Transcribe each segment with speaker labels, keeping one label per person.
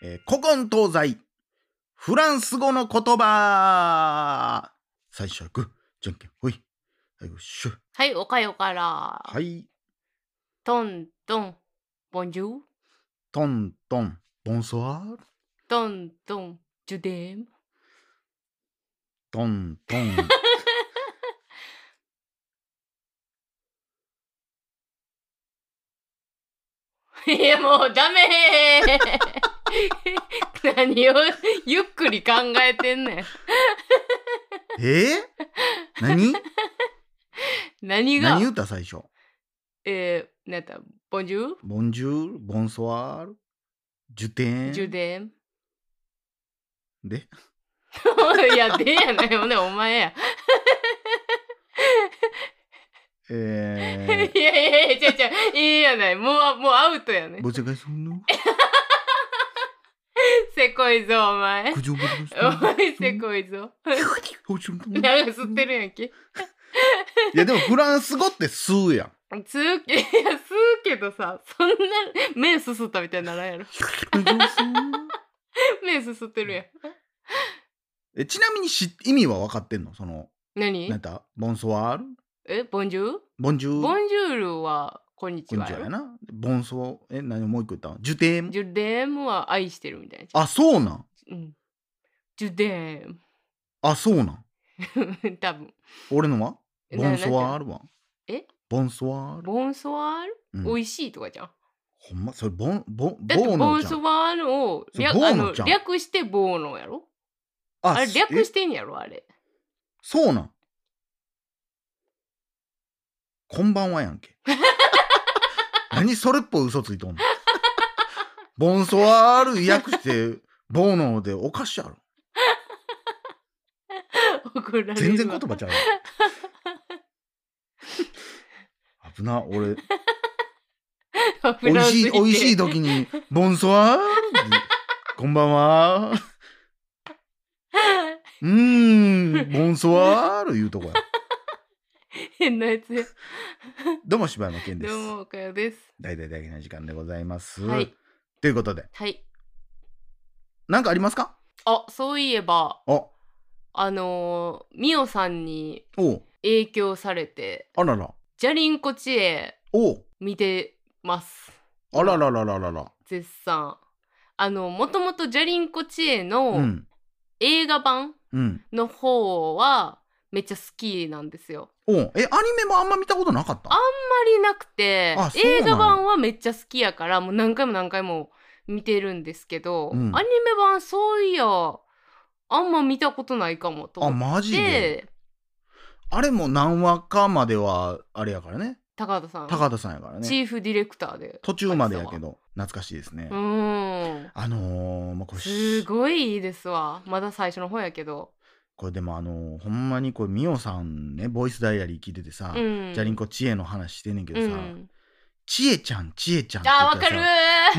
Speaker 1: 言東西フランス語の言葉最初はグーじゃんけんほいはいよっしゅ
Speaker 2: はい、おかよから。
Speaker 1: はい
Speaker 2: トントン、ボンジュー、
Speaker 1: トントンボンソワール
Speaker 2: トントン、ジュデーム。
Speaker 1: トントン
Speaker 2: いや、もうダメ ー何をゆっくり考えてんねん。
Speaker 1: えー、 何
Speaker 2: 何が
Speaker 1: 何言った最初
Speaker 2: えー、なんやったボンジュー
Speaker 1: ボンジュールボンソワールジュテーン
Speaker 2: ジュデーム。
Speaker 1: で
Speaker 2: いや、でやないよね、お前や。いや
Speaker 1: え
Speaker 2: いやいや、ちゃちゃ、いいやない。もう、もうアウトやね
Speaker 1: ー、。ぼちゃがいそうの
Speaker 2: せこいぞ、お前。
Speaker 1: 苦情ぼちゃがいそう
Speaker 2: お
Speaker 1: の
Speaker 2: 前、せこいぞ。
Speaker 1: おちゅんと
Speaker 2: なんか吸ってるやんけ。
Speaker 1: いやでもフランス語って吸う やん
Speaker 2: 吸うけ、いや、吸うけどさ、そんな、麺すすったみたいにならんやろ。 麺すすってるやん。
Speaker 1: えちなみにし意味は分かってんのその
Speaker 2: 何
Speaker 1: なんだボンソワール
Speaker 2: え、ボンジュール
Speaker 1: ボンジュー
Speaker 2: ボ
Speaker 1: ル
Speaker 2: ンジュールは、こんに
Speaker 1: ボ
Speaker 2: ち
Speaker 1: ン
Speaker 2: は
Speaker 1: ジュ
Speaker 2: や
Speaker 1: ー
Speaker 2: ろ
Speaker 1: ルやなボンソワえ何もう一個言ったのジュテーム
Speaker 2: ジュデームは愛してるみたいな。
Speaker 1: あそうなん
Speaker 2: うん。ジュデー
Speaker 1: あそうなん
Speaker 2: ム。 多分。
Speaker 1: 俺のは
Speaker 2: な
Speaker 1: ボンソワー
Speaker 2: なんて
Speaker 1: ルは
Speaker 2: え
Speaker 1: ボンソワール、
Speaker 2: ボンソワール、
Speaker 1: うん
Speaker 2: 美味しいとかじゃん。
Speaker 1: ほんまそれボンボン
Speaker 2: だって
Speaker 1: ボー
Speaker 2: ボ
Speaker 1: ノ
Speaker 2: ン
Speaker 1: じゃ
Speaker 2: ソ
Speaker 1: ん
Speaker 2: ワールを
Speaker 1: そう
Speaker 2: 略
Speaker 1: ボー
Speaker 2: あ
Speaker 1: ノ
Speaker 2: の
Speaker 1: ちゃん
Speaker 2: 略してボーノやろ
Speaker 1: あ
Speaker 2: あれ略し
Speaker 1: え
Speaker 2: てんやろあれ。
Speaker 1: そうなんこんばんはやん け何それっぽい嘘ついとんのボンソワール訳 してボーノでおかしいやろ
Speaker 2: 怒られるわ
Speaker 1: 全然 言葉ちゃうわ。危な、 俺、
Speaker 2: 危
Speaker 1: 美
Speaker 2: な
Speaker 1: 味
Speaker 2: すぎ
Speaker 1: しい、
Speaker 2: て
Speaker 1: 美味しい時に、ボンソワールこんばんは。うーん、ボンソワール言うとこや。
Speaker 2: 変なやつや。
Speaker 1: どうも、柴山健です
Speaker 2: ど。うも、おかよです。
Speaker 1: 大々大々な時間でございます。
Speaker 2: はい。
Speaker 1: ということで、
Speaker 2: はい。
Speaker 1: 何かありますか
Speaker 2: あ、そういえば、
Speaker 1: あ、お
Speaker 2: あのー、ミオさんに
Speaker 1: う、
Speaker 2: 影響されて、
Speaker 1: あらら、
Speaker 2: ジャリンコ知恵
Speaker 1: おう、
Speaker 2: 見てます。
Speaker 1: あらららららら。
Speaker 2: 絶賛。あの、もともとジャリンコ知恵
Speaker 1: う
Speaker 2: の
Speaker 1: ん、
Speaker 2: 映画版
Speaker 1: うん。
Speaker 2: の方はめっちゃ好きなんですよ。
Speaker 1: おう、え、アニメもあんま見たことなかった
Speaker 2: ああんまりなくて
Speaker 1: あそうなんや
Speaker 2: 映画版はめっちゃ好きやからもう何回も何回も見てるんですけど、
Speaker 1: うん
Speaker 2: アニメ版そういやあんま見たことないかもと
Speaker 1: あ、
Speaker 2: 思っ
Speaker 1: マジで。
Speaker 2: て
Speaker 1: あれも何話かまでは、あれやからね。
Speaker 2: 高畑さん
Speaker 1: 高田さんやから
Speaker 2: チ
Speaker 1: ね
Speaker 2: ーフディレクターで
Speaker 1: 途中までやけど懐かしいですね、
Speaker 2: うーん
Speaker 1: あのーまあ、これ
Speaker 2: すごいいいですわまだ最初の方やけど、
Speaker 1: これでもあのーほんまにこれミオさんねボイスダイアリー聞いててさ、
Speaker 2: うん、
Speaker 1: じゃりんこちえの話してんねんけど
Speaker 2: う
Speaker 1: さ、
Speaker 2: ん、
Speaker 1: ちえちゃんちえちゃんって
Speaker 2: あーわ
Speaker 1: 言った
Speaker 2: かる
Speaker 1: ら
Speaker 2: ー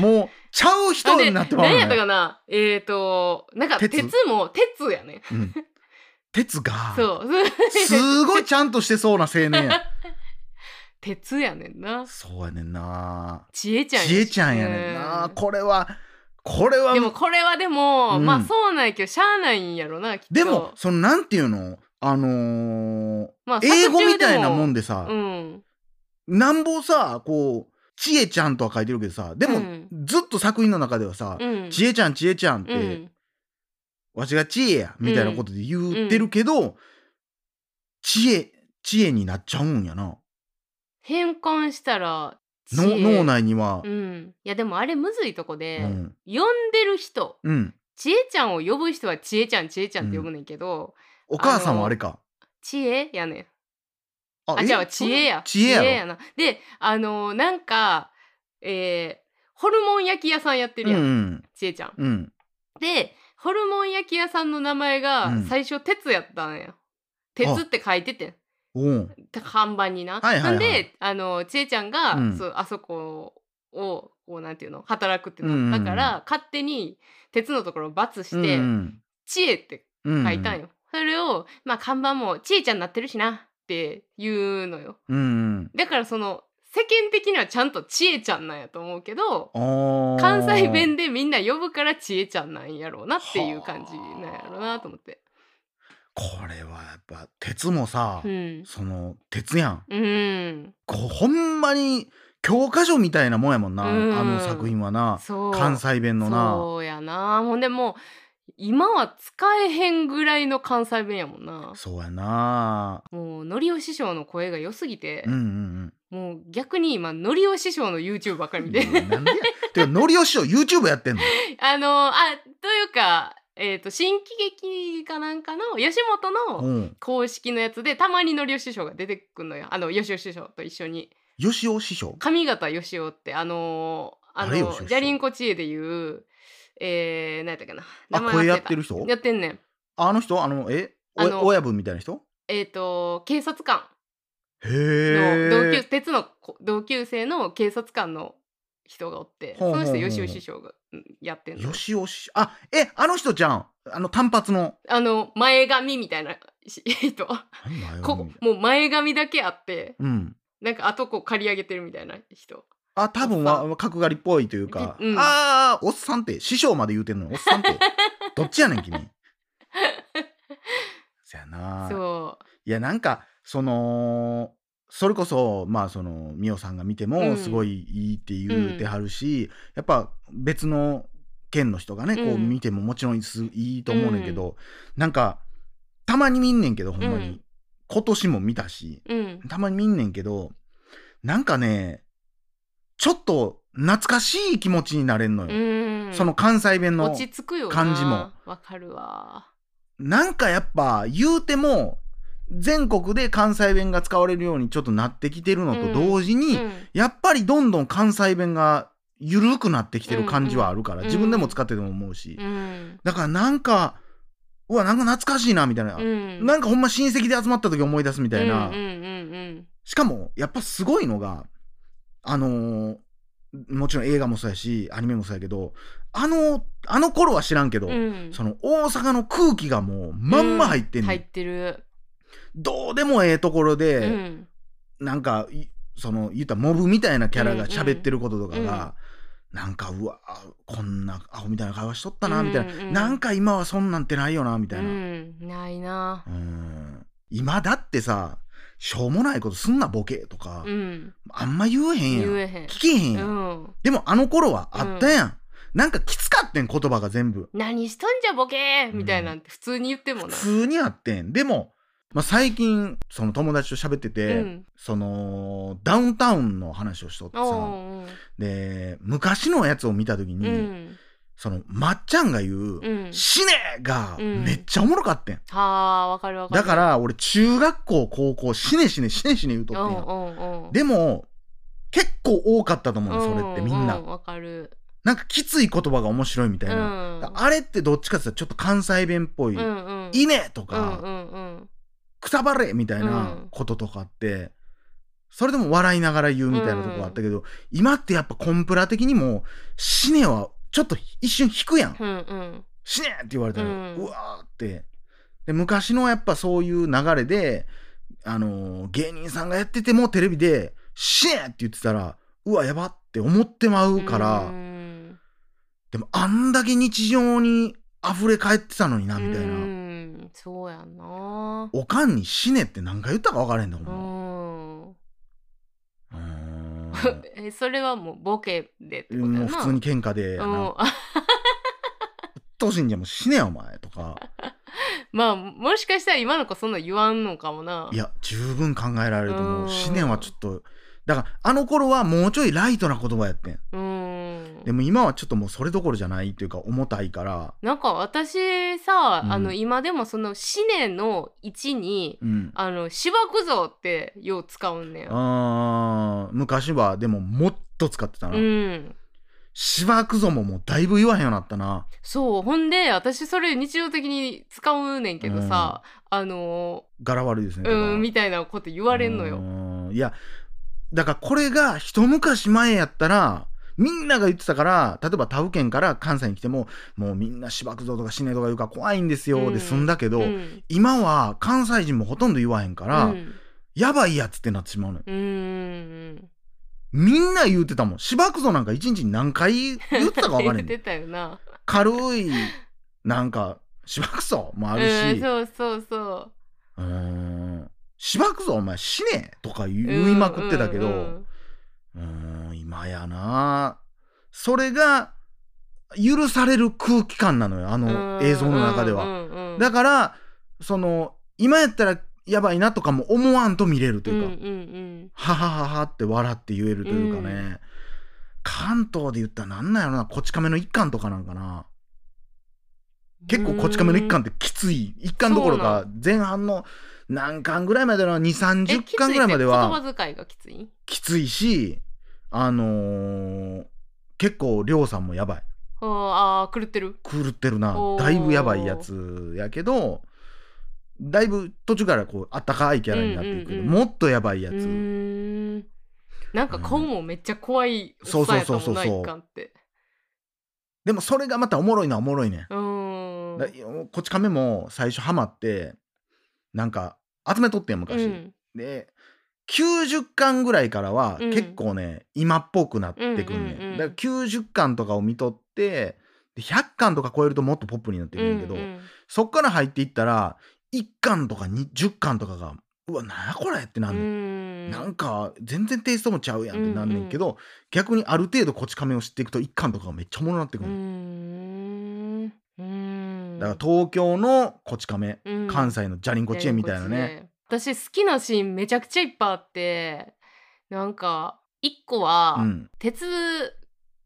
Speaker 1: さもうちゃう人になってまう
Speaker 2: 何や
Speaker 1: よ
Speaker 2: った
Speaker 1: ね
Speaker 2: かなえっ、ー、となんか
Speaker 1: 鉄
Speaker 2: 鉄も鉄やね
Speaker 1: うん鉄が
Speaker 2: そう
Speaker 1: すごいちゃんとしてそうな青年や
Speaker 2: 鉄やねんな
Speaker 1: そうやねんな
Speaker 2: ちえ
Speaker 1: ち
Speaker 2: ちゃんやし
Speaker 1: えちゃんやねん
Speaker 2: う
Speaker 1: なんこれはこれは
Speaker 2: でもこれはでも、
Speaker 1: うん
Speaker 2: まあそうなんやけどしゃあないんやろなきっと
Speaker 1: でもそのなんていうのあのー
Speaker 2: まあ
Speaker 1: 英語みたいなもん
Speaker 2: で
Speaker 1: でさ、
Speaker 2: うん
Speaker 1: なんぼさこう「ちえちゃん」とは書いてるけどさでも、
Speaker 2: うん
Speaker 1: ずっと作品の中ではさ「
Speaker 2: うん
Speaker 1: ちえちゃんちえちゃん」って、
Speaker 2: うん
Speaker 1: わしがちえやみたいなことで言ってるけど、ちえちえになっちゃうんやな
Speaker 2: 変換したら知
Speaker 1: の
Speaker 2: 恵
Speaker 1: 脳内には
Speaker 2: う。んいやでもあれむずいとこ
Speaker 1: う
Speaker 2: で、
Speaker 1: ん
Speaker 2: 呼んでる人
Speaker 1: うん、
Speaker 2: ちえちゃんを呼ぶ人はちえちゃんちえちゃんって呼ぶねんけど、
Speaker 1: お母さんはあれか。
Speaker 2: ちえやねん
Speaker 1: あ
Speaker 2: あじゃあ知恵や
Speaker 1: 知恵やろ
Speaker 2: なであのなんかえーホルモン焼き屋さんやってる
Speaker 1: う
Speaker 2: やん、
Speaker 1: ん
Speaker 2: ちえちゃん
Speaker 1: うんうん
Speaker 2: でホルモン焼き屋さんの名前
Speaker 1: う
Speaker 2: が
Speaker 1: ん
Speaker 2: 最初鉄やったんや、鉄って書いててん
Speaker 1: おう
Speaker 2: た看板にな。
Speaker 1: はいはいはい
Speaker 2: なんであのちえちゃんが、
Speaker 1: うん
Speaker 2: そうあそこをこうなんていうの働くってなったから、
Speaker 1: うんうん
Speaker 2: 勝手に鉄のところを×し
Speaker 1: うん
Speaker 2: て「
Speaker 1: うん
Speaker 2: ちえ」って
Speaker 1: うん
Speaker 2: 書いたんよ。それをまあ看板も「ちえちゃんなってるしな」って言うのよ。
Speaker 1: うんうん
Speaker 2: だからその世間的にはちゃんとちえちゃんなんやと思うけど
Speaker 1: ああ
Speaker 2: 関西弁でみんな呼ぶからちえちゃんなんやろうなっていう感じなんやろうなと思って。
Speaker 1: これはやっぱ鉄もさ、
Speaker 2: うん、
Speaker 1: その鉄やん
Speaker 2: うん、
Speaker 1: こうほんまに教科書みたいなもんやもんな、
Speaker 2: うん
Speaker 1: あの作品はな
Speaker 2: そう
Speaker 1: 関西弁のな
Speaker 2: そうやなほんでもう今は使えへんぐらいの関西弁やもんな
Speaker 1: そうやな
Speaker 2: もうのりお師匠の声が良すぎて、
Speaker 1: うんうん
Speaker 2: もう逆に今のりお師匠の YouTube ばっか
Speaker 1: う
Speaker 2: り
Speaker 1: ん
Speaker 2: 見
Speaker 1: いや
Speaker 2: て
Speaker 1: なんでやてかのりお師匠 YouTube やってんの
Speaker 2: あのあというかえっ、と新喜劇かなんかの吉本の
Speaker 1: うん
Speaker 2: 公式のやつでたまにのりお師匠が出てくんのよあのよしお師匠と一緒に
Speaker 1: よしお師匠
Speaker 2: 上方よしおってあのあ
Speaker 1: 誰よ
Speaker 2: の
Speaker 1: しお師匠
Speaker 2: じゃりんこちえでいうえー、何やったっけな
Speaker 1: あ
Speaker 2: 忘
Speaker 1: 声
Speaker 2: れ
Speaker 1: やってる人
Speaker 2: やってんねん
Speaker 1: あの人あのえお
Speaker 2: あの
Speaker 1: 親分みたいな人
Speaker 2: えっ、と警察官
Speaker 1: へ
Speaker 2: の同級、
Speaker 1: え
Speaker 2: 鉄の子同級生の警察官の人がおって、
Speaker 1: ほうほうほう
Speaker 2: その人吉尾師匠がうんやってんの
Speaker 1: よしお師匠あえあの人じゃんあの単発の
Speaker 2: あの前髪みたいなし 人
Speaker 1: 何前
Speaker 2: こ
Speaker 1: 髪みたい
Speaker 2: もう前髪だけあって
Speaker 1: なうん
Speaker 2: なんかあとこう刈り上げてるみたいな人
Speaker 1: あ多分は角刈りっぽいというか、
Speaker 2: うん
Speaker 1: ああおっさんって師匠まで言うてんのにおっさ んってどっちやねん君そやな
Speaker 2: そ
Speaker 1: いやなんかそのそれこそまあそのミオさんが見て
Speaker 2: う
Speaker 1: も
Speaker 2: ん
Speaker 1: すごいいいって言うてはるし、やっぱ別の県の人がねこう
Speaker 2: うん
Speaker 1: 見てももちろんすいいと思うねんけど、なんかたまに見んねんけどほんまに、
Speaker 2: うん
Speaker 1: 今年も見たし
Speaker 2: ううん
Speaker 1: たまに見んねんけどなんかねちょっと懐かしい気持ちになれんの
Speaker 2: う
Speaker 1: よ、
Speaker 2: ん
Speaker 1: その関西弁の
Speaker 2: 落ち着くよな
Speaker 1: 感じも
Speaker 2: わかるわ
Speaker 1: なんかやっぱ言うても全国で関西弁が使われるようにちょっとなってきてるのと同時
Speaker 2: う
Speaker 1: に、
Speaker 2: ん
Speaker 1: やっぱりどんどん関西弁が緩くなってきてる感じはあるから、
Speaker 2: うんうん
Speaker 1: 自分でも使ってても思うし、
Speaker 2: うん
Speaker 1: だからなんかうわなんか懐かしいなみたいな、
Speaker 2: うん
Speaker 1: なんかほんま親戚で集まった時思い出すみたいな、
Speaker 2: うんうんうん
Speaker 1: しかもやっぱすごいのがあのーもちろん映画もそうやしアニメもそうやけどあのあの頃は知らんけど、
Speaker 2: うんうん
Speaker 1: その大阪の空気がもうまんま入ってんね
Speaker 2: 入
Speaker 1: ん
Speaker 2: ってる、
Speaker 1: どうでもええところで、
Speaker 2: うん
Speaker 1: なんかいその言ったらモブみたいなキャラが喋ってることとかが、
Speaker 2: うんうんうん
Speaker 1: なんかうわこんなアホみたいな会話しとったなみたいな、
Speaker 2: うんうん
Speaker 1: なんか今はそんなんてないよなみたいな、
Speaker 2: う
Speaker 1: うん
Speaker 2: ん、ないな
Speaker 1: 今だってさしょうもないことすんなボケとか、
Speaker 2: うん
Speaker 1: あんま言えへんやん
Speaker 2: 言えへん
Speaker 1: 聞けへんやん、
Speaker 2: うん、
Speaker 1: でもあの頃はあったやん、なんかきつかってん言葉が全部
Speaker 2: 何しとんじゃボケーみたいなんて普通に言っても
Speaker 1: 普
Speaker 2: な、
Speaker 1: 通にあってんでも、まあ、最近その友達と喋って
Speaker 2: う
Speaker 1: て、
Speaker 2: ん、
Speaker 1: そのダウンタウンの話をしとって
Speaker 2: おう
Speaker 1: さ
Speaker 2: おう
Speaker 1: で昔のやつを見た時
Speaker 2: う
Speaker 1: に、
Speaker 2: ん
Speaker 1: そのまっちゃんが言う
Speaker 2: う
Speaker 1: 「
Speaker 2: ん
Speaker 1: 死ね!」が
Speaker 2: うん
Speaker 1: めっちゃおもろかってん、
Speaker 2: はあわかるわかる
Speaker 1: だから俺中学校高校「死ね死ね死ね死ね」言うとってんやん
Speaker 2: おうおうおう
Speaker 1: でも結構多かったと思うよそれってみんな
Speaker 2: ううわかる
Speaker 1: なんかきつい言葉が面白いみたいな、
Speaker 2: うん
Speaker 1: あれってどっちかって言ったらちょっと関西弁っぽい「
Speaker 2: うんうん
Speaker 1: いいね!」とか、
Speaker 2: うんうんうん
Speaker 1: くたばれみたいなこととかって、それでも笑いながら言うみたいなとこあったけど、今ってやっぱコンプラ的にも死ねはちょっと一瞬引くやん、
Speaker 2: うんうん
Speaker 1: 死ねって言われたら、う
Speaker 2: うん
Speaker 1: わーってで昔のやっぱそういう流れで、あのー芸人さんがやっててもテレビで「死ね!」って言ってたらうわやばって思ってまうから、
Speaker 2: うん
Speaker 1: でもあんだけ日常に溢れ返ってたのになみたいな、
Speaker 2: うんそうやな
Speaker 1: おかんに「死ね!」って何回言ったか分からへんだ
Speaker 2: う
Speaker 1: もん
Speaker 2: ん
Speaker 1: うーん
Speaker 2: えそれはもうボケで ってことやな
Speaker 1: もう普通に喧嘩で「
Speaker 2: う
Speaker 1: なん
Speaker 2: んあ
Speaker 1: としんじゃもう死ねよお前」と か
Speaker 2: まあもしかしたら今の子そんな言わんのかもない
Speaker 1: や十分考えられると思
Speaker 2: う
Speaker 1: うん死ねはちょっとだからあの頃はもうちょいライトな言葉やってん
Speaker 2: うん
Speaker 1: でも今はちょっともうそれどころじゃないというか重たいから
Speaker 2: なんか私さ、
Speaker 1: うん
Speaker 2: あの今でもその「死ね」の位置に
Speaker 1: うん
Speaker 2: 「あのしばくぞ」ってよう使うんねよ。
Speaker 1: あー昔はでももっと使ってたな
Speaker 2: うん、
Speaker 1: 「しばくぞ」ももうだいぶ言わへんようになったな
Speaker 2: そうほんで私それ日常的に使うねんけどさ、あの
Speaker 1: 柄悪いですね
Speaker 2: ーうんみたいなこと言われんのよ。
Speaker 1: よいやだからこれが一昔前やったらみんなが言ってたから例えば他府県から関西に来てももうみんなしばくぞとか死ねとか言うから怖いんですよ
Speaker 2: う
Speaker 1: で
Speaker 2: ん
Speaker 1: 済んだけど、
Speaker 2: うん
Speaker 1: 今は関西人もほとんど言わへんから、
Speaker 2: うん
Speaker 1: やばいやつってなってしまうのよ
Speaker 2: うん
Speaker 1: みんな言うてたもん。芝くぞなんか一日に何回言ってたか分からへ
Speaker 2: 言
Speaker 1: ん
Speaker 2: っ
Speaker 1: ね
Speaker 2: て
Speaker 1: ん。
Speaker 2: たよな。
Speaker 1: 軽い、なんか、芝くぞもある
Speaker 2: う
Speaker 1: し、う
Speaker 2: ん、そうそうそう。
Speaker 1: ーん、芝くぞお前死ねとか言いまくってたけど、
Speaker 2: うん
Speaker 1: うーん、今やな。それが許される空気感なのよ、あ
Speaker 2: うんうん
Speaker 1: の映像の中では。
Speaker 2: うんうんうん
Speaker 1: だから、その、今やったらやばいなとかも思わんと見れるというか、
Speaker 2: うんうん
Speaker 1: ははははって笑って言えるというかね。関東で言ったらなんなんやろな、こち亀の一巻とかなんかな。
Speaker 2: うん、
Speaker 1: 結構こち亀の一巻ってきつい。一巻どころ
Speaker 2: そうな
Speaker 1: か、前半の何巻ぐらいまでの2、
Speaker 2: え
Speaker 1: 30巻ぐらいまでは。
Speaker 2: きついって言葉遣いがきつい
Speaker 1: きついし、あのー結構りょうさんもやばい
Speaker 2: ほうああ狂ってる
Speaker 1: 狂ってるな
Speaker 2: おー
Speaker 1: だいぶやばいやつやけどだいぶ途中からこうあったかいキャラになっていくけど、
Speaker 2: うんうんうん
Speaker 1: もっとやばいや
Speaker 2: う
Speaker 1: つ、
Speaker 2: ーんなんか顔もめっちゃ怖い
Speaker 1: うん
Speaker 2: おっさんやったもんな
Speaker 1: そうそうそうそうそう
Speaker 2: 一巻って
Speaker 1: でもそれがまたおもろいのはおもろいねん
Speaker 2: うーん
Speaker 1: だこち亀も最初ハマってなんか集めとってん昔、
Speaker 2: うん
Speaker 1: で90巻ぐらいからは
Speaker 2: うん
Speaker 1: 結構ね、今っぽくなってくんね、
Speaker 2: うんうんうん
Speaker 1: だから90巻とかを見とってで100巻とか超えるともっとポップになってくるんやけど、
Speaker 2: うんうん
Speaker 1: そっから入っていったら1巻とかに10巻とかがうわなんやこれってな
Speaker 2: う
Speaker 1: ね
Speaker 2: ん
Speaker 1: ん、
Speaker 2: ん
Speaker 1: なんか全然テイストもちゃうやんってなんねんけど、逆にある程度こち亀を知っていくと1巻とかがめっちゃおもろなってく
Speaker 2: う
Speaker 1: る、
Speaker 2: んうーん
Speaker 1: だから東京のこち亀、
Speaker 2: うん
Speaker 1: 関西のジャリンコチェーンみたいなね
Speaker 2: 私好きなシーンめちゃくちゃいっぱいあってなんか一個は、
Speaker 1: うん
Speaker 2: 鉄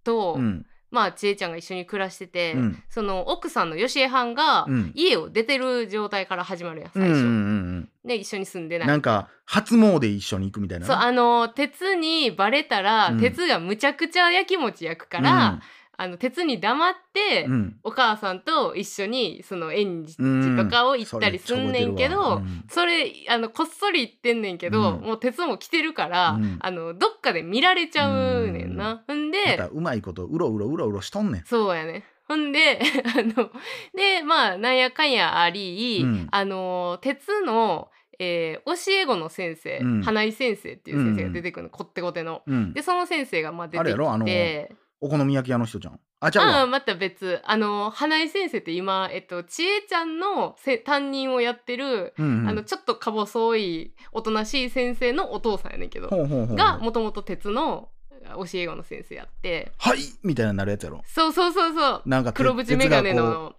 Speaker 2: と、
Speaker 1: うん
Speaker 2: まあ千恵ちゃんが一緒に暮らしてて、
Speaker 1: うん
Speaker 2: その奥さんの吉江はんが、
Speaker 1: うん
Speaker 2: 家を出てる状態から始まるやん
Speaker 1: うん
Speaker 2: 最
Speaker 1: うん
Speaker 2: 初、
Speaker 1: うん
Speaker 2: で一緒に住んで
Speaker 1: う
Speaker 2: なんい
Speaker 1: なんか初詣一緒に行くみたいな
Speaker 2: そうあの鉄にバレたら、
Speaker 1: うん
Speaker 2: 鉄がむちゃくちゃやきもち焼くから、あの鉄に黙って、
Speaker 1: うんうん
Speaker 2: お母さんと一緒にその園児
Speaker 1: うん
Speaker 2: とかを行ったりすんねんけど、
Speaker 1: それめっち
Speaker 2: それあのこっそり言ってんねんけど、
Speaker 1: うん
Speaker 2: もう鉄も来てるから、
Speaker 1: うん
Speaker 2: あのどっかで見られちゃうねんな。ん、
Speaker 1: ゃ覚えてるわうんまたう
Speaker 2: で
Speaker 1: まいことうろうろうろうろしとんねん
Speaker 2: そうやね。ほんで あのでまあなんやかんやあり、
Speaker 1: うん
Speaker 2: あの鉄の、えー、教え子の先生、
Speaker 1: うん
Speaker 2: 花井先生っていう先生が出てくるの、こってこての。
Speaker 1: うん
Speaker 2: でその先生がまあ出
Speaker 1: あれ
Speaker 2: て
Speaker 1: やろあ
Speaker 2: き
Speaker 1: の
Speaker 2: て。
Speaker 1: お好み焼き屋の人じゃんあちゃうわ
Speaker 2: ああまた別あの花井先生って今、えっと、ちえちゃんのせ担任をやってる、
Speaker 1: うんうん
Speaker 2: あのちょっとか細いおとなしい先生のお父さんやねんけど
Speaker 1: ほうほうほう
Speaker 2: がもともと鉄の教え子の先生やって
Speaker 1: はいみたいななるやつやろ
Speaker 2: そうそうそうそう
Speaker 1: なんか
Speaker 2: 黒縁眼鏡
Speaker 1: 鉄がこ
Speaker 2: の
Speaker 1: う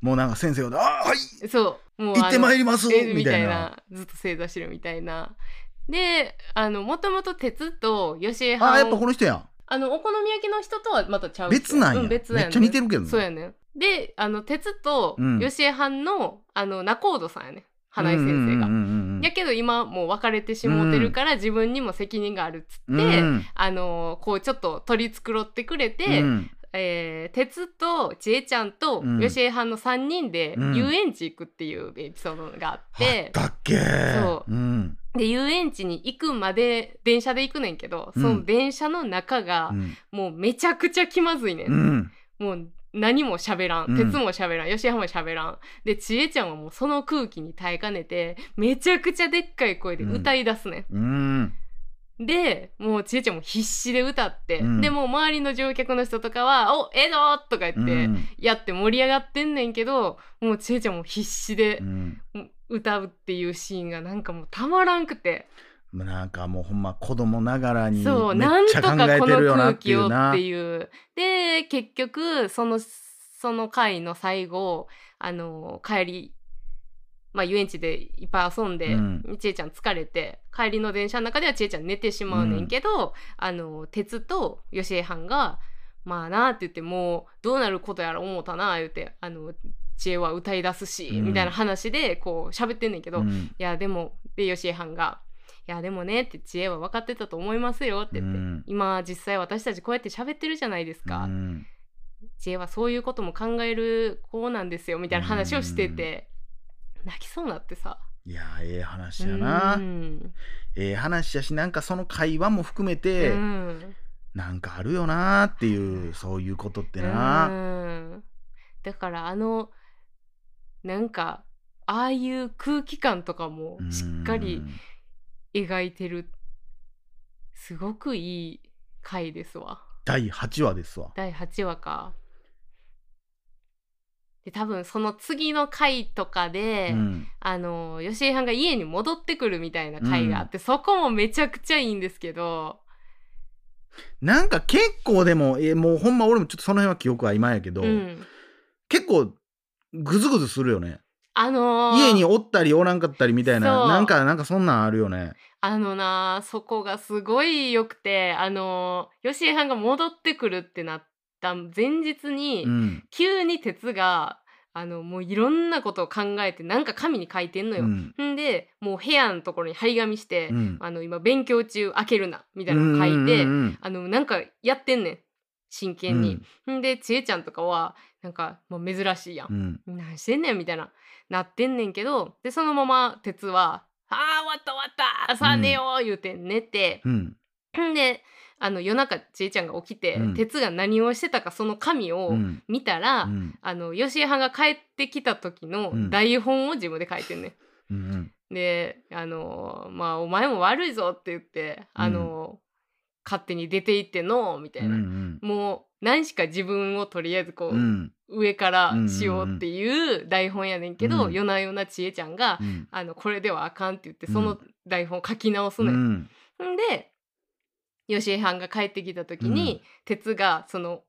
Speaker 1: もうなんか先生が「あーはい
Speaker 2: そうもう
Speaker 1: 行ってまいります」
Speaker 2: あのえ
Speaker 1: み
Speaker 2: み
Speaker 1: た
Speaker 2: た
Speaker 1: い
Speaker 2: い
Speaker 1: な
Speaker 2: なずっと正座してるみたいな。であのもともと鉄と吉江
Speaker 1: あーやっぱ
Speaker 2: 藩
Speaker 1: この人やん
Speaker 2: あのお好み焼きの人とはまたちゃう
Speaker 1: 別なんや,、
Speaker 2: う別なん
Speaker 1: め
Speaker 2: や
Speaker 1: っちゃ似てるけど
Speaker 2: そうやねんであの鉄と
Speaker 1: うん
Speaker 2: 吉江藩の、あの仲人さんやねん
Speaker 1: 花
Speaker 2: 花井先生が。
Speaker 1: が
Speaker 2: やけど今もう別れてしもうてるから自分にも責任があるっつって、あのーこうちょっと取り繕ってくれて、えー鉄と千恵ちゃんと
Speaker 1: うん
Speaker 2: 吉江藩の3人で
Speaker 1: うん
Speaker 2: 遊園地行くっていうエピソードがあって、
Speaker 1: だっけ、
Speaker 2: そう
Speaker 1: ん
Speaker 2: で遊園地に行くまで電車で行くねんけどその電車の中が
Speaker 1: うん
Speaker 2: もうめちゃくちゃ気まずいねん。
Speaker 1: うん
Speaker 2: もう何も喋ら
Speaker 1: うん
Speaker 2: ん鉄も喋らん、吉山も喋らんで千恵ちゃんはもうその空気に耐えかねてめちゃくちゃでっかい声で歌い出すねん、
Speaker 1: うん
Speaker 2: でもうちえちゃんも必死で歌って、
Speaker 1: うん
Speaker 2: でもう周りの乗客の人とかは「おええぞ!」とか言
Speaker 1: うん
Speaker 2: ってやって盛り上がってんねんけど、もうちえちゃんも必死で
Speaker 1: うん
Speaker 2: 歌うっていうシーンがなんかもうたまらんくて、
Speaker 1: なんかもうほんま子供ながらにめっ
Speaker 2: そうなん
Speaker 1: ち
Speaker 2: と
Speaker 1: ゃ
Speaker 2: か
Speaker 1: 考え
Speaker 2: こ
Speaker 1: て
Speaker 2: の
Speaker 1: るよな
Speaker 2: 空
Speaker 1: って
Speaker 2: 気
Speaker 1: い
Speaker 2: を
Speaker 1: う
Speaker 2: っ
Speaker 1: な
Speaker 2: ていう。で結局そのその回の最後あの帰りまあ、遊園地でいっぱい遊んで、
Speaker 1: うん
Speaker 2: ちえちゃん疲れて帰りの電車の中ではちえちゃん寝てしまうねんけど、あの鉄と吉江藩が「まあな」って言ってもうどうなることやら思うたな言うてあの知恵は歌い出すし、
Speaker 1: うん
Speaker 2: みたいな話でこう喋ってんねんけ
Speaker 1: う
Speaker 2: ど、い
Speaker 1: ん
Speaker 2: やでもで吉江藩が「いやでもね」って知恵は分かってたと思いますよって言って、
Speaker 1: うん
Speaker 2: 今実際私たちこうやって喋ってるじゃないですか、
Speaker 1: うん
Speaker 2: 知恵はそういうことも考える子なんですよみたいな話をしてて、泣きそうになってさ。
Speaker 1: いやええ話やな
Speaker 2: うん
Speaker 1: ええ話やしなんかその会話も含めて、
Speaker 2: うん
Speaker 1: なんかあるよなーっていうそういうことって
Speaker 2: う
Speaker 1: な、
Speaker 2: んだからあのなんかああいう空気感とかもしっかり
Speaker 1: うん
Speaker 2: 描いてるすごくいい回ですわ
Speaker 1: 第8話ですわ。
Speaker 2: 第8話かで多分その次の回とかで、
Speaker 1: うん、
Speaker 2: あの吉井はんが家に戻ってくるみたいな回があって、そこもめちゃくちゃいいんですけど
Speaker 1: なんか結構でも、えもうほんま俺もちょっとその辺は記憶は今やけど、
Speaker 2: うん
Speaker 1: 結構グズグズするよね。
Speaker 2: あのー
Speaker 1: 家におったりおらんかったりみたい
Speaker 2: そ
Speaker 1: な、
Speaker 2: う
Speaker 1: なんか、なんかそんなんあるよね。
Speaker 2: あのなあそこがすごい良くてあの吉江はんが戻ってくるってなった前日に、
Speaker 1: うん。
Speaker 2: 急に鉄があのもういろんなことを考えてなんか紙に書いてんの
Speaker 1: う
Speaker 2: よ。
Speaker 1: ん。
Speaker 2: んでもう部屋のところに張り紙して
Speaker 1: う
Speaker 2: 「
Speaker 1: ん
Speaker 2: あの今勉強中開けるな」みたいなの書いて、
Speaker 1: うんうん
Speaker 2: あのなんかやってんねん真
Speaker 1: うん
Speaker 2: 剣に。んでちえちゃんとかはなんか、まあ、珍しいやん
Speaker 1: う。ん。
Speaker 2: 何してんねんみたいななってんねんけどでそのまま鉄は「あー終わった終わったさあ寝よう」言うて寝て、
Speaker 1: うん。
Speaker 2: ん、であの夜中ちえちゃんが起きて、
Speaker 1: うん
Speaker 2: 鉄が何をしてたかその紙
Speaker 1: う
Speaker 2: を
Speaker 1: ん。
Speaker 2: 見たら、
Speaker 1: うん
Speaker 2: あの吉江はんが帰ってきた時
Speaker 1: う
Speaker 2: の
Speaker 1: ん
Speaker 2: 台本を自分で書いてんねん。
Speaker 1: うん。
Speaker 2: であのまあお前も悪いぞって言ってあの、勝手に出て行ってのみた
Speaker 1: う
Speaker 2: いな、
Speaker 1: ん。
Speaker 2: もう何しか自分をとりあえずこう、
Speaker 1: うん。
Speaker 2: 上からしようっていう台本やねんけど、
Speaker 1: うん
Speaker 2: 夜な夜なちえちゃんが、
Speaker 1: うん
Speaker 2: あのこれではあかんって言って
Speaker 1: うん
Speaker 2: その台本を書き直す
Speaker 1: う
Speaker 2: のよ。
Speaker 1: ん。
Speaker 2: ん、で吉江はんが帰ってきた時
Speaker 1: う
Speaker 2: に、
Speaker 1: ん
Speaker 2: 鉄がその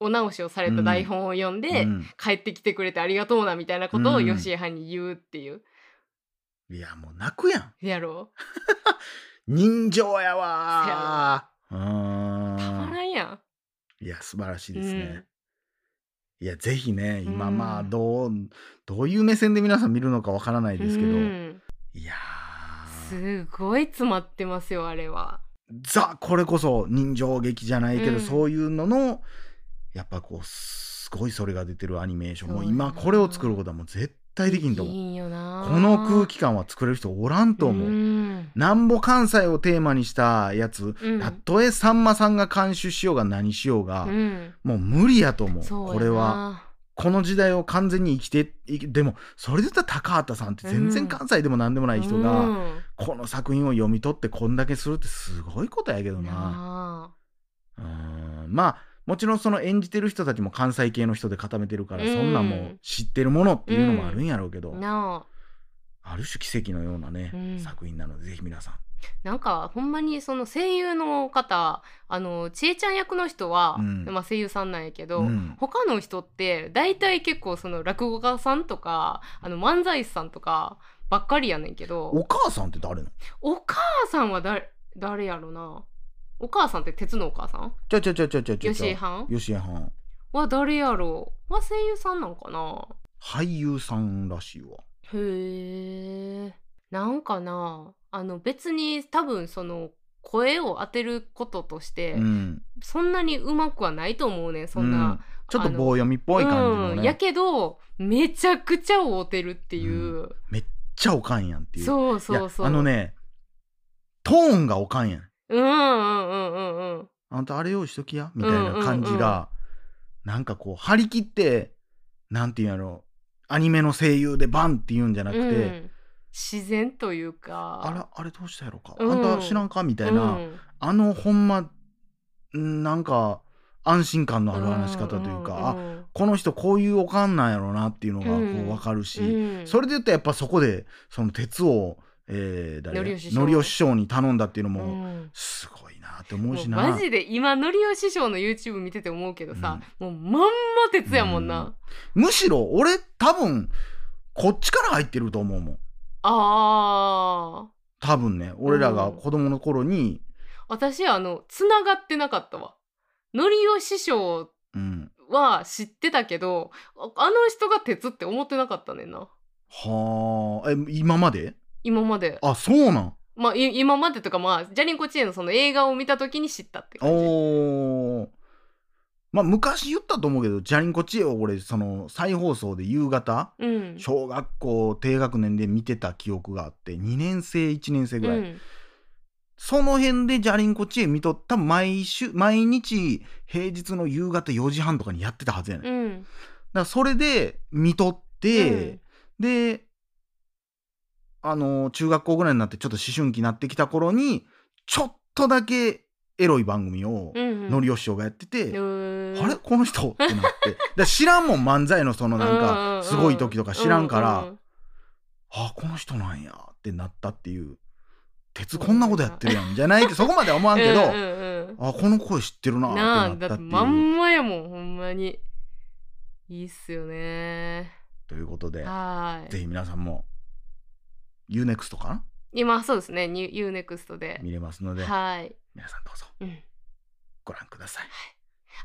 Speaker 2: お直しをされた台本を読んで、
Speaker 1: うん
Speaker 2: 帰ってきてくれてありがとうなみたいなことを
Speaker 1: うん
Speaker 2: 吉江はんに言うっていう。
Speaker 1: いや、もう泣くやん。
Speaker 2: やろう
Speaker 1: 人情やわー。
Speaker 2: たま
Speaker 1: う
Speaker 2: らんやん。
Speaker 1: ん。いや、素晴らしい
Speaker 2: うん
Speaker 1: ですね。いや、ぜひね、今、
Speaker 2: うん
Speaker 1: まあ、どう、どういう目線で皆さん見るのかわからないですけど、
Speaker 2: うん
Speaker 1: いやー
Speaker 2: すごい詰まってますよあれは。
Speaker 1: ザ、これこそ人情劇じゃないけど、
Speaker 2: うん
Speaker 1: そういうのの、やっぱこう、すごいそれが出てるアニメーション。もう
Speaker 2: そうやな
Speaker 1: 今、これを作ることはもう絶対できんと
Speaker 2: い
Speaker 1: 思う。
Speaker 2: いよな
Speaker 1: この空気感は作れる人おらんと思う。
Speaker 2: ん
Speaker 1: なんぼ関西をテーマにしたやつ、
Speaker 2: うん
Speaker 1: たとえさんまさんが監修しようが何しようが、
Speaker 2: うん
Speaker 1: もう無理やと思う
Speaker 2: そうやな
Speaker 1: これはこの時代を完全に生きていきでもそれで言ったら高畑さんって全
Speaker 2: う
Speaker 1: 然
Speaker 2: ん
Speaker 1: 関西でも何でもない人が、
Speaker 2: うん
Speaker 1: この作品を読み取ってこんだけするってすごいことやけどな。
Speaker 2: な
Speaker 1: うんまあもちろんその演じてる人たちも関西系の人で固めてるから、
Speaker 2: うん
Speaker 1: そんなんもう知ってるものっていうのもあるんやろうけど、
Speaker 2: あなあ
Speaker 1: ある種奇跡のようなね、
Speaker 2: うん
Speaker 1: 作品なのでぜひ皆さん。
Speaker 2: なんかほんまにその声優の方あのちえちゃん役の人は、
Speaker 1: うん
Speaker 2: まあ、声優さんなんやけど、
Speaker 1: うん
Speaker 2: 他の人って大体結構その落語家さんとかあの漫才師さんとかばっかりやねんけ
Speaker 1: お
Speaker 2: ど
Speaker 1: 母さんって誰なの
Speaker 2: お母さんはだ誰やろなお母さんって鉄のお母さん
Speaker 1: ちゃちゃちゃちゃちゃちゃ
Speaker 2: 吉
Speaker 1: ち
Speaker 2: 江
Speaker 1: ゃ。
Speaker 2: はん
Speaker 1: 吉江はん。
Speaker 2: は誰やろは声優さんなんかな
Speaker 1: 俳優さんらしいわ。
Speaker 2: へえ。なんかなあの別に多分その声を当てることとして、
Speaker 1: うん。
Speaker 2: そんなにうまくはないと思うねんそん
Speaker 1: う
Speaker 2: な。
Speaker 1: ちょっと棒読みっぽい感じの
Speaker 2: う
Speaker 1: ね。
Speaker 2: ん、
Speaker 1: め
Speaker 2: や
Speaker 1: っ
Speaker 2: けどめちゃくちゃ合うてるっていう、
Speaker 1: ちゃおかんやんっていう。
Speaker 2: そうそうそう
Speaker 1: いやあのね、トーンがおかんやん。
Speaker 2: うんうんうんうんうん
Speaker 1: あんたあれ用意しときやみたいな感じが、なんかこう、張り切って、なんていうんやろ、アニメの声優でバンって言うんじゃなくて、
Speaker 2: うん自然というか
Speaker 1: あら、あれどうしたやろか、
Speaker 2: うん
Speaker 1: あんた知らんかみたいうな、
Speaker 2: ん
Speaker 1: あのほんま、んなんか、安心感のある話し方というか、あ
Speaker 2: んうん
Speaker 1: この人こういうおかんなんやろなっていうのがこ
Speaker 2: うん
Speaker 1: う分かるし、
Speaker 2: うん
Speaker 1: それで言ったらやっぱそこでその鉄を、えー、誰
Speaker 2: のりお師匠
Speaker 1: のりお師匠に頼んだっていうの
Speaker 2: う
Speaker 1: も
Speaker 2: ん
Speaker 1: すごいなって思う
Speaker 2: もう
Speaker 1: しな。
Speaker 2: マジで今のりお師匠の YouTube 見てて思うけどさ、もうまんま鉄やもんな、
Speaker 1: うんむしろ俺多分こっちから入ってると思うもん
Speaker 2: あー
Speaker 1: 多分ね俺らが子供の頃に、
Speaker 2: 私あの繋がってなかったわのりお師匠
Speaker 1: うん、
Speaker 2: は知ってたけどああの人が鉄って思ってなかったねんな
Speaker 1: はあえ今まで
Speaker 2: 今まで
Speaker 1: あそうなん
Speaker 2: まあい今までとかまあジャリンコ知恵のその映画を見た時に知ったって感じ
Speaker 1: おーまあ昔言ったと思うけど「ジャリンコ知恵」を俺その再放送で夕方
Speaker 2: うん
Speaker 1: 小学校低学年で見てた記憶があって2年生1年生ぐらい、
Speaker 2: うん
Speaker 1: その辺で「ジャリンコ知恵」見とった毎週毎日平日の夕方4時半とかにやってたはずやね、ん
Speaker 2: う、ん
Speaker 1: だからそれで見とって、であの中学校ぐらいになってちょっと思春期になってきた頃にちょっとだけエロい番組を
Speaker 2: うんうん
Speaker 1: のりお師匠がやってて、
Speaker 2: うーん
Speaker 1: あれこの人ってなってだから知らんもん漫才のそのなん
Speaker 2: うんうんう
Speaker 1: か
Speaker 2: ん
Speaker 1: すごい時とか知らんから、
Speaker 2: うう
Speaker 1: あこの人なんやってなったっていう鉄こんなことやってるやんじゃ ないってそこまでは思わんけど、
Speaker 2: うんうん
Speaker 1: あこの声知ってるな
Speaker 2: う
Speaker 1: っ
Speaker 2: ん
Speaker 1: て
Speaker 2: な
Speaker 1: な
Speaker 2: あ
Speaker 1: った
Speaker 2: だ
Speaker 1: っ
Speaker 2: ってて
Speaker 1: いう
Speaker 2: まんまやもんほんまにいいっすよね
Speaker 1: ということで、
Speaker 2: はー
Speaker 1: ぜ
Speaker 2: い
Speaker 1: ひ皆さんも UNEXT かな
Speaker 2: 今そうですねニュ UNEXT で
Speaker 1: 見れますので
Speaker 2: はい、
Speaker 1: 皆さんどうぞ
Speaker 2: うん、
Speaker 1: ご覧ください。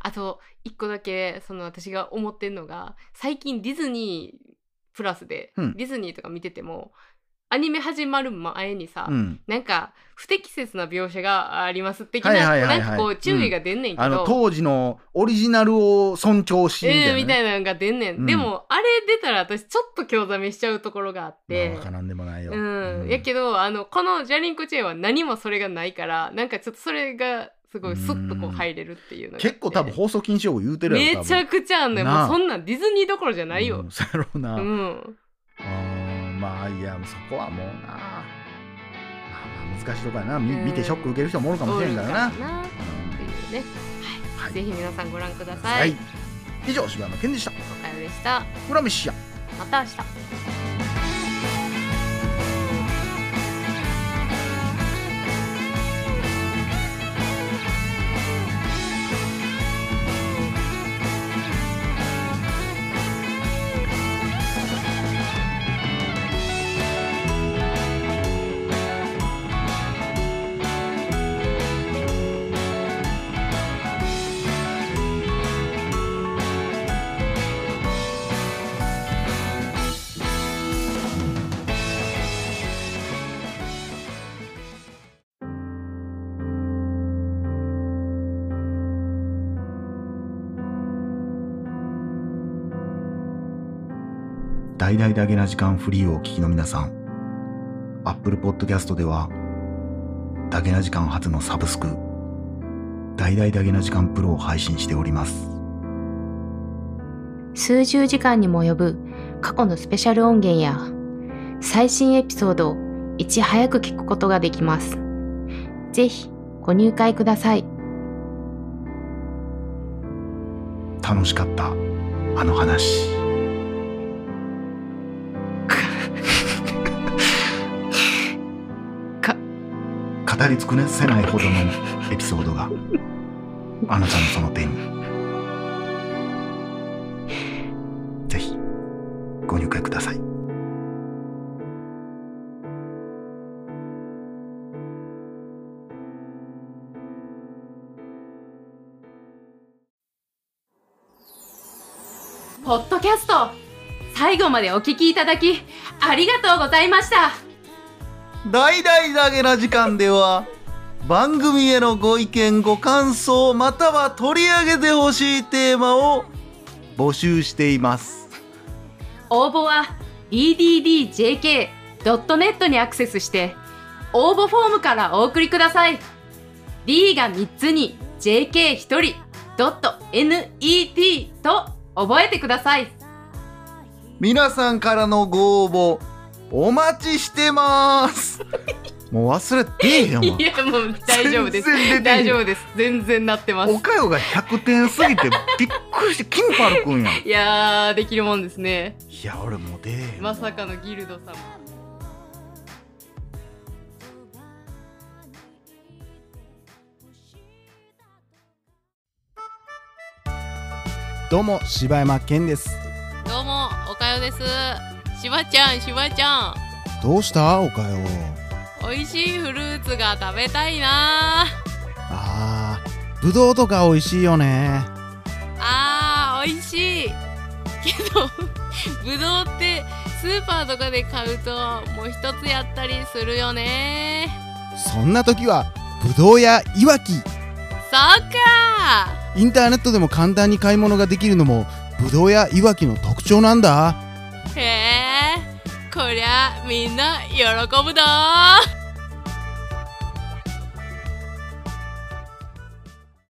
Speaker 2: あと一個だけその私が思ってんのが最近ディズニープラスで、
Speaker 1: うん
Speaker 2: ディズニーとか見ててもアニメ始まる前にさ、
Speaker 1: うん、
Speaker 2: なんか不適切な描写があります的
Speaker 1: はいはい
Speaker 2: な
Speaker 1: はいは
Speaker 2: ないんかこう注意が出んねんけ
Speaker 1: あ
Speaker 2: ど、
Speaker 1: の当時のオリジナルを尊重しみたい
Speaker 2: え
Speaker 1: な、
Speaker 2: ー
Speaker 1: ね。
Speaker 2: みたいなのが出んねん、
Speaker 1: うん
Speaker 2: でもあれ出たら私ちょっと興ざめしちゃうところがあって、
Speaker 1: まあわからんでもないよ。
Speaker 2: うんや
Speaker 1: ど
Speaker 2: けどあのこの「ジャリンコチェーン」は何もそれがないからなんかちょっとそれがすごいスッとこう入れるっていうのがあって
Speaker 1: 結構多分放送禁止用語言うてるやろ多
Speaker 2: め
Speaker 1: 分
Speaker 2: ちゃくちゃあんのよ
Speaker 1: な
Speaker 2: も
Speaker 1: あ
Speaker 2: うそんなんディズニーどころじゃないよ、
Speaker 1: うんそうやろうな。
Speaker 2: う
Speaker 1: うん
Speaker 2: ん、
Speaker 1: まあいやそこはもうな。まあまあ難しいとこやな、み
Speaker 2: うん
Speaker 1: 見てショック受ける人もおるかもしれんからな。
Speaker 2: そうなんかな
Speaker 1: う
Speaker 2: っ
Speaker 1: ん
Speaker 2: ていうね、
Speaker 1: はい
Speaker 2: ぜひ皆さんご覧くださ、
Speaker 1: はいい。以上柴山健でした。
Speaker 2: おかよでした
Speaker 1: 裏飯や。
Speaker 2: また明日
Speaker 1: 大々だげな時間フリーをお聞きの皆さん、Apple Podcast では、だげな時間初のサブスク、大々だげな時間プロを配信しております。
Speaker 3: 数十時間にも及ぶ過去のスペシャル音源や最新エピソードをいち早く聞くことができます。ぜひご入会ください。
Speaker 1: 楽しかった、あの 話。
Speaker 3: か
Speaker 1: 語り尽くせないほどのエピソードが、あなたのその手に。ぜひ、ご入会ください。
Speaker 3: ポッドキャスト最後までお聞きいただきありがとうございました。
Speaker 1: 大々だげな時間では番組へのご意見ご感想または取り上げてほしいテーマを募集しています
Speaker 3: 応募は ddjk.net にアクセスして応募フォームからお送りください D が3つに JK1 人 .net と覚えてください
Speaker 1: 皆さんからのご応募お待ちしてます もう忘れてへんよ
Speaker 2: いやもう大丈夫です
Speaker 1: 全然出てへん
Speaker 2: 大丈夫です全然なってます
Speaker 1: おかよが100点すぎてびっくりしてキンパルくんやんい
Speaker 2: いやーできるもんですね
Speaker 1: や俺もう出えへん
Speaker 2: まさかのギルド様
Speaker 1: どうも柴山健です
Speaker 2: どうもおかよですしばちゃんしばちゃん
Speaker 1: どうしたおかよ
Speaker 2: 美味しいフルーツが食べたいな
Speaker 1: あーぶどうとか美味しいよね
Speaker 2: あー美味しいけどぶどうってスーパーとかで買うともう一つやったりするよね
Speaker 1: そんな時はぶどうやいわき
Speaker 2: そっか
Speaker 1: インターネットでも簡単に買い物ができるのもぶどうやいわきの特徴なんだ
Speaker 2: へえこりゃみんな喜ぶだ